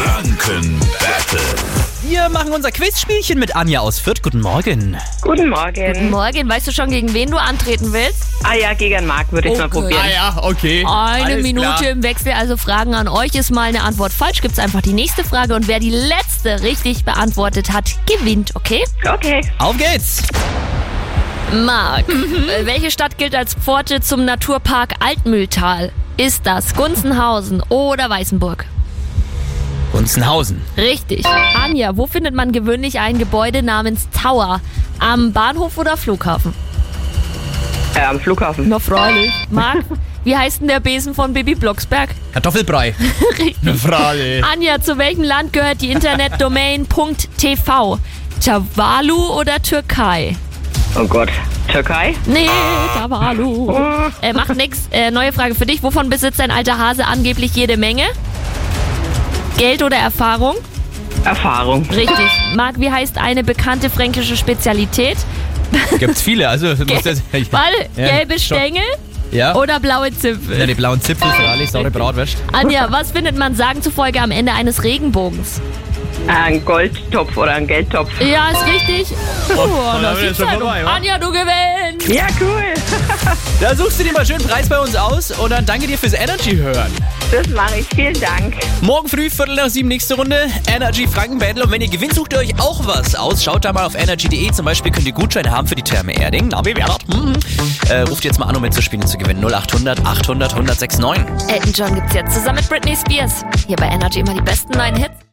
Franken Battle. Wir machen unser Quizspielchen mit Anja aus Fürth. Guten Morgen. Guten Morgen. Morgen, weißt du schon, gegen wen du antreten willst? Ah ja, gegen Marc würde ich mal Okay. probieren. Ah ja, okay. Eine Alles Minute klar. im Wechsel, also Fragen an euch. Ist mal eine Antwort falsch, gibt's einfach die nächste Frage. Und wer die letzte richtig beantwortet hat, gewinnt, okay? Okay. Auf geht's. Marc, Mhm. äh, welche Stadt gilt als Pforte zum Naturpark Altmühltal? Ist das Gunzenhausen oder Weißenburg? Gunzenhausen. Richtig. Anja, wo findet man gewöhnlich ein Gebäude namens Tower? Am Bahnhof oder Flughafen? Äh, am Flughafen. Na freilich. Marc, wie heißt denn der Besen von Bibi Blocksberg? Kartoffelbrei. Eine Frage. Anja, zu welchem Land gehört die Internetdomain .tv? Tavalu oder Türkei? Oh Gott. Türkei? Nee, Tavalu. Äh, macht nix. Äh, neue Frage für dich. Wovon besitzt ein alter Hase angeblich jede Menge? Geld oder Erfahrung? Erfahrung. Richtig. Marc, wie heißt eine bekannte fränkische Spezialität? Gibt's viele. Also, muss das, Ball, Ja, gelbe schon. Stängel ja. oder blaue Zipfel? ja, die blauen Zipfel, Frali, saure Bratwurst. Anja, was findet man sagen zufolge am Ende eines Regenbogens? Äh, Ein Goldtopf oder ein Geldtopf. Ja, ist richtig. Oh, dann ist schon vorbei, wa? Anja, du gewinnst. Ja, cool. Da suchst du dir mal schön einen Preis bei uns aus und dann danke dir fürs Energy hören. Das mache ich. Vielen Dank. Morgen früh, Viertel nach sieben, nächste Runde. Energy Franken Battle. Und wenn ihr gewinnt, sucht ihr euch auch was aus. Schaut da mal auf energy.de. Zum Beispiel könnt ihr Gutscheine haben für die Therme Erding. Na, wie wär's? Mhm. Äh, ruft jetzt mal an, um mitzuspielen und zu gewinnen. 0800 800 1069. Elton John gibt's jetzt zusammen mit Britney Spears. Hier bei Energy immer die besten neuen Hits.